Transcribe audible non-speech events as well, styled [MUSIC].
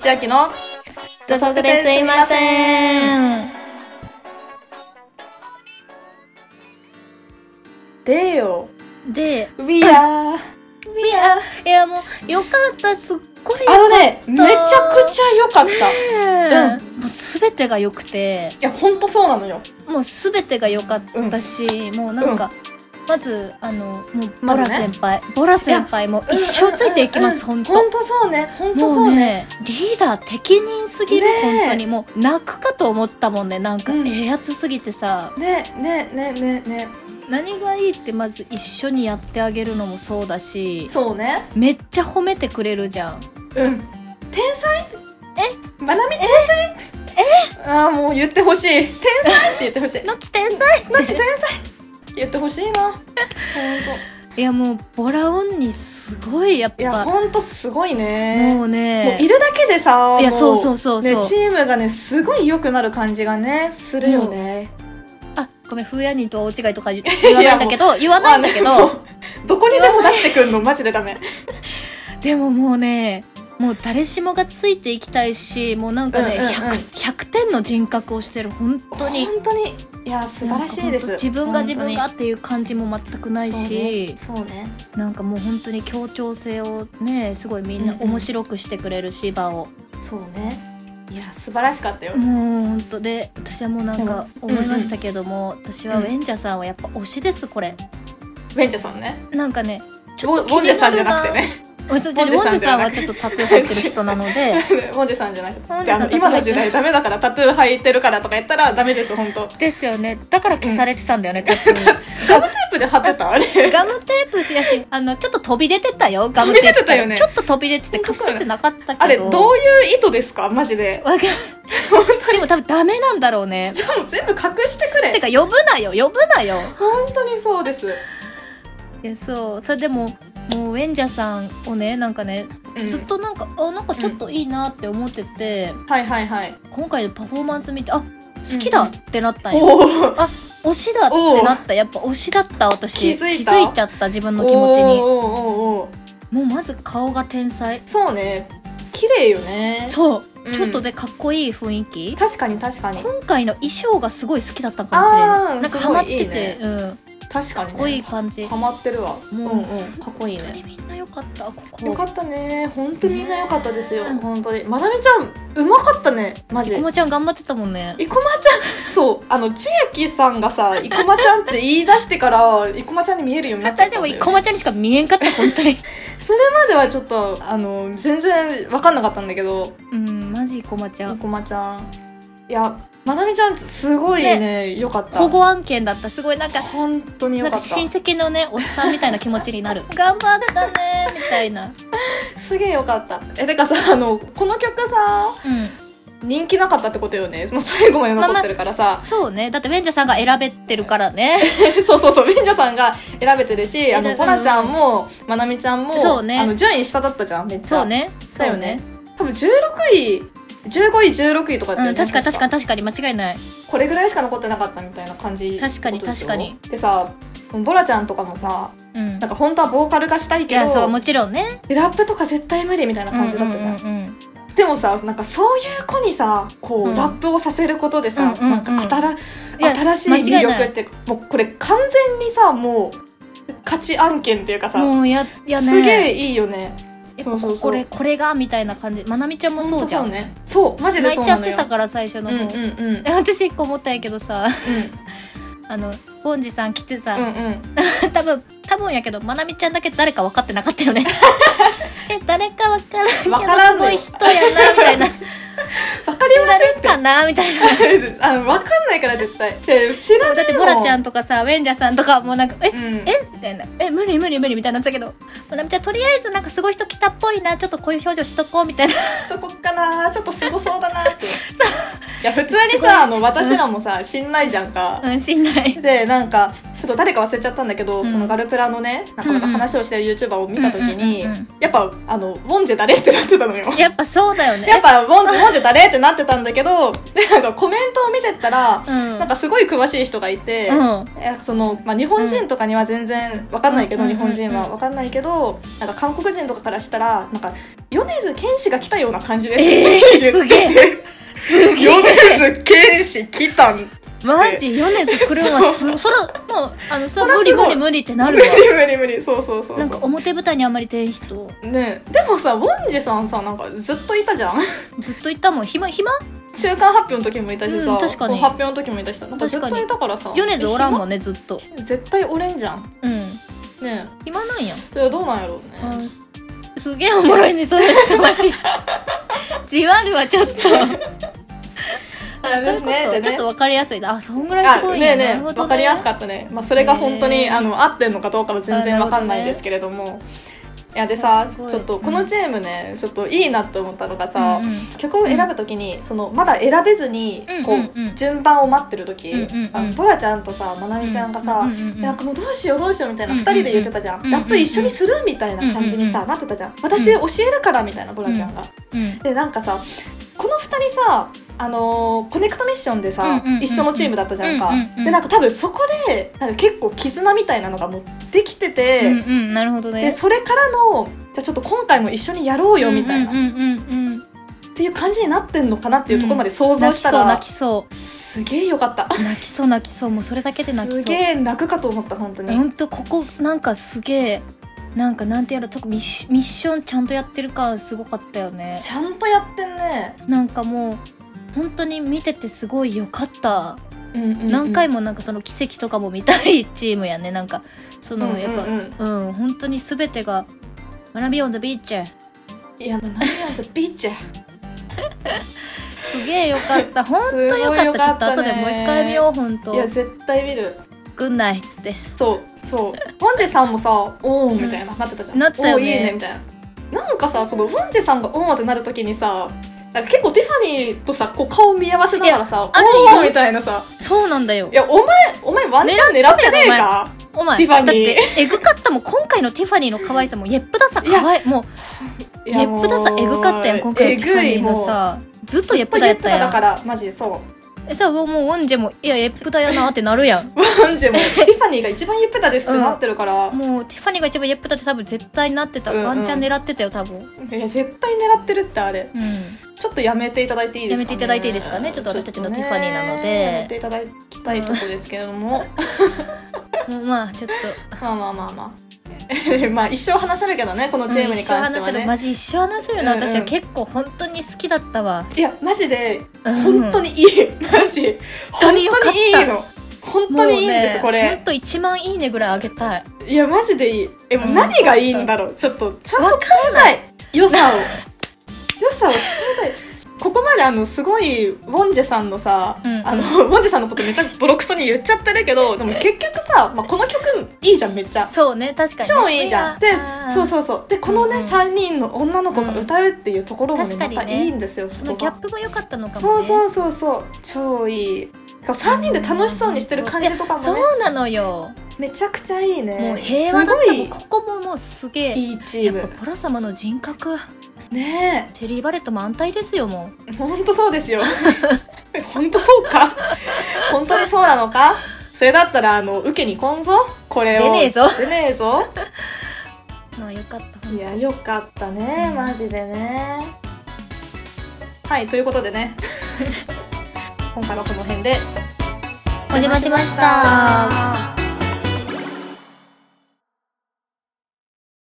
千秋の土足ですいません。でよで、 We are いやもう、よかった、すっごいよあかのっねめちゃくちゃ良かったいた。もうすべてが良くて、やほんとそうなのよもうすべてが良かったし、もうなんか、まず、あの、もう、ボまずラね先輩、ボラ先輩も一生ついていきます、うんうん本うん当ほんとそうねほんともそううねね、リーダー適任すぎる、ねえ本当に。もう、泣くかと思ったもんね、なんか、うんええやつすぎてさ、ねねねねね何がいいってまず一緒にやってあげるのもそうだし、そうねめっちゃ褒めてくれるじゃん。うん天才えまなみ天才えああもう言ってほしい天才って言ってほしいのき天才 [LAUGHS] マジ天才って言ってほしいなほんといやもうボラオンにすごいやっいやぱほんとすごいねもうもねういるだけでさいやもそうそうそうそう、ね、チームがねすごい良くなる感じがねするよねあごめん風や人とは大違いとか言言わないんだけど言わないんだけまあねどもう [LAUGHS] どこにでも出してくんのマジでダメでももうねもう誰しもがついていきたいしもうなんかね、うんうんうん 100, 100点の人格をしてる本当に本当にいや素晴らしいですなんか本当自分が自分がっていう感じも全くないし、そうねなんかもう本当に協調性をねすごいみんなうんうん面白くしてくれるし、場をそうねそうねいや素晴らしかったよ、もう本当で私はもうなんかでもうんうん思いましたけども、私はウェンジャさんはやっぱ推しですこれベンチャさんねなんかねちょボっと気ボンジェにさなんじゃるななくてねあちょちボょウンォンジジェェささんんではなはくちょっとタトゥー入ってる人なので [LAUGHS] ボンジェさんじゃなくてボンジェさんあのと今の時代ダメだからタトゥー履いてるからとか言ったらダメです本当 [LAUGHS] ですよねだから消されてたんだよね、タトゥガムテープで貼ってたあれーガムテープやしあのちょっと [LAUGHS] 飛び出てたよガムテー飛び出プてたよねちょっと飛び出てて隠せてなかったけどあれどういう意図ですかマジでわかん本当でにも多分ダメなんだろうねじゃあもう全部隠してくれてか呼ぶなよ呼ぶなよ本当にそうです、いやそうそれでももうウェンジャさんをねなんかね、うんずっとなんかあなんかちょっといいなって思ってて、はいはいはい今回のパフォーマンス見てあ好きだってなったんよ、おお推しだってなったやっぱ推しだった私気づいたちゃった自分の気持ちにおーおーおーおーもうまず顔が天才そうね綺麗よねそう、うんちょっとでかっこいい雰囲気確かに確かに今回の衣装がすごい好きだったかもしれなあいーなんかハマっすてごていいいねうん、か確かに、ね、っこいい感じ、ハマってるわもううんうんかっこいい本当ねにみんな良かったここよかったね本当みんな良かったですよね本当にまなみちゃんうまかったねマジこまちゃん頑張ってたもんね生駒ちゃんそうあの千秋さんがさ [LAUGHS] 生駒ちゃんって言い出してから生駒ちゃんに見えるようになっちゃっ私たでんもだよ生駒ちゃんにしか見えんかった本当にそれまではちょっとあの全然分かんなかったんだけどうんマジ生駒ちゃ生ん駒ちゃんいやまなみちゃんすごいね良かった保護案件だったすごいなんか本当にな良んかかった親戚のねおっさんみたいな気持ちになる [LAUGHS] 頑張ったねみたいなすげえ良かったえてかさあのこの曲さうん人気なかったってことよねもう最後まで残ってるからさ、 [LAUGHS] そうねだってベンジャさんが選べてるからねそうそうそうベンジャさんが選べてるしあ選のべポラちゃんもまなみちゃんもそうねあの順位下だったじゃんめっちゃそうねだそようねね多分16位15位16位とかだったうよん、ね確かに確かに確かに間違いないこれぐらいしか残ってなかったみたいな感じ確かにってことでしょ確かにでさボラちゃんとかもさうんなんか本当はボーカル化したいいけやどそうもちろんねでラップとか絶対無理みたいな感じだったじゃん,、うんうんうんうんでもさなんかそういう子にさこう、うんラップをさせることでさ、うんうんうんなんか新いや新しい間魅違いな力いってもうこれ完全にさもう価値案件っていうかさ、もうやいやねすげえいいよねやそっぱうそうそうこれこれがみたいな感じまなみちゃんもそうじゃん、ほとねそうマジで泣そいうちゃなっのてよたから最初のうん方、うんうんうんえ [LAUGHS] 私一個思ったんやけどさあのゴンジさん来てさ、うんうん多分多分やけどまなみちゃんだけ誰か分かってなかっ [LAUGHS] たよねえ誰か分からんけど分からんすのごいよ人やなみたいな [LAUGHS] わかりま誰かなみたいなせん [LAUGHS] あのわかんないから絶対で知らだなっていボもラちゃんとかさウェンジャさんとかもうなんかえ、うんえみたいな「え無理無理無理」みたいになってたけどまなみちゃんとりあえずなんかすごい人来たっぽいなちょっとこういう表情しとこうみたいなしとこっかなちょっとすごそうだな [LAUGHS] っていや普通にさあの私らもさ信頼じゃんか、うん信頼でなんかちょっと誰か忘れちゃったんだけど、うんこのガルプラのねなんかまた話をしてる YouTuber を見た時に、うんうんうんうんやっぱあの「ウォンジェ誰?」ってなってたのよ。やっぱそうだよ [LAUGHS] ねやっぱウォン「ウォンジェ誰?」ってなってたんだけどでなんかコメントを見てったら、うんなんかすごい詳しい人がいて、うんえそのまあ、日本人とかには全然わかんないけど、うん日本人うんうんはうんわかんないけどなんか韓国人とかからしたらなんか米津玄師が来たような感じですえーって言っててすげえ米津玄師来たんマジ米津来るんはすそらもうあのそそら無らす理ごい無理無理ってな [LAUGHS] 無るわ理無理無理そうそうそうなんそかう表舞台にあんまり出ん人ねでもさウォンジさんさなんかずっといたじゃん [LAUGHS] ずっといたもん暇暇中間発表の時もいたしさ、うん確かに発表の時もいたしさなんかずっ確かとにいたからさ米津おらんんもんねずっと絶対おれんじゃんうんね暇なんやえどうなんやろうねあすげえおもろいねその人マ [LAUGHS] ジじわるはちょっとあそういうこと、ねでねちょっと分かりやすいなあそんぐらいあすごいねえなねるほえど分かりやすかったね、まあ、それが本当に、へーあの合ってんのかどうかは全然あなる分ほどねかんないですけれどもいやでさすちごょいっとこのチームね、ちょっといいなって思ったのがさ、うんうん曲を選ぶ時に、そのまだ選べずにうんこう、うんうん順番を待ってる時、うんうんうんあのトラちゃんとさまなみちゃんがさ、うんうんうんうんなんかもうどうしようどうしようみたいなう2んうん人で言ってたじゃん、うんうんラップ一緒にするみたいな感じにうんうんさう待ってたじゃん私教えるからみたいなトラちゃんが。うんでなんかさこの2人さあのーコネクトミッションでさ、うんうんうんうん一緒のチームだったじゃんか、うんうんうんでなんか多分そこでなんか結構絆みたいなのが持ってきてうて、んうんなるほどでねそれからのじゃあちょっと今回も一緒にやろうよみたいな、うんうんうんうんっていう感じになってんのかなっていうところまで想像泣きしたそうら、泣きそうすげえよかった泣きそう泣きそうもうそれだけで泣きそうすげえ泣くかと思った本当に、ほんとここなんかすげえなんかなんてやら特にミッシミッションちゃんとやってる感すごかったよねちゃんとやってんね、なんかもう本当に見ててすごい良かった、うんうんうん何回もなんかその奇跡とかも見たいチームやねなんかそのやっぱうんうんうんうん本当に全てが「学びオンザビーチ」いやもう何やんてビーチすげえ良かった本当良 [LAUGHS] すごいか良ったちかょっったとね後でもう一回見よう本当いや絶対見るグンナイっつってそうそうワンジェさんもさ「おーん」みたいななってたじゃんなってたよねおーいいねみたいななんかさそのワンジェさんが「おーん」ってなるときにさなんか結構ティファニーとさこう顔見合わせながらさ「あるおよーん」みたいなさそうなんだよいやお前お前ワンチャン狙ってねえかお前ティファニーだってえぐかったもん今回のティファニーの可愛さもゲップダサ可愛いもういゲやもッうプダサえぐかったやん今回のティファニーのさずっとゲップダえやぐいもうずっとゲップったダやだんからマジ [LAUGHS] そうえさもうもうオンジェも「いやエップだよな」ってなるやんワンジェもティファニーが一番言ってたですってなってるから、もうティファニーが一番エップだって多分絶対なってた、うんうんワンチャン狙ってたよ多分いや絶対狙ってるってあれうんちょっとやめていただいていいですか、ね、やめていただいていいですかねちょっと私たちのティファニーなのでちょっとねやめていただきたいとこですけれども、もうまあち [LAUGHS] ょっとまあまあまあまあ。 [LAUGHS] まあ一生話せるけどねこのチームに関してはうん一生話せねる、マジ一生話せるな、うんうん私は結構本当に好きだったわ、いやマジでうん本当にいい、マジ当本当ににいよかったいの本当にいいんです、こ本れ当1万いいねぐらいあげたいいやマジでいいえもううん何がいいんだろうちょっとちゃんと伝えたい良さを [LAUGHS] 良さを伝えたいここまであのすごいウォンジェさんのさ、うんうんあのウォンジェさんのことめっちゃボロクソに言っちゃってるけどでも結局さ、まあ、この曲いいじゃんめっちゃそうね確かにね超いいじゃんでそううそうそうでこのね、うん3人の女の子が歌うっていうところもね、うんま確かたにいねいんですよそそのこギャッがプも良かったのかもそうねそうそうそう超いい3人で楽しそうにしてる感じとかもいねやそうなのよめちゃくちゃいいねもう平和だったもんすここももうすげごえいいいチーやっぱムポラ様の人格ねチェリーバレットも安泰ですよもえほんとそうですよ [LAUGHS] ほんとそう [LAUGHS] か本当にそうなのかそれだったらあの受けに来んぞこれを出ねえぞ出ねえぞうまあよかったいやよかったねマジでねはいということで [LAUGHS] ね今回はこの辺でお邪魔しました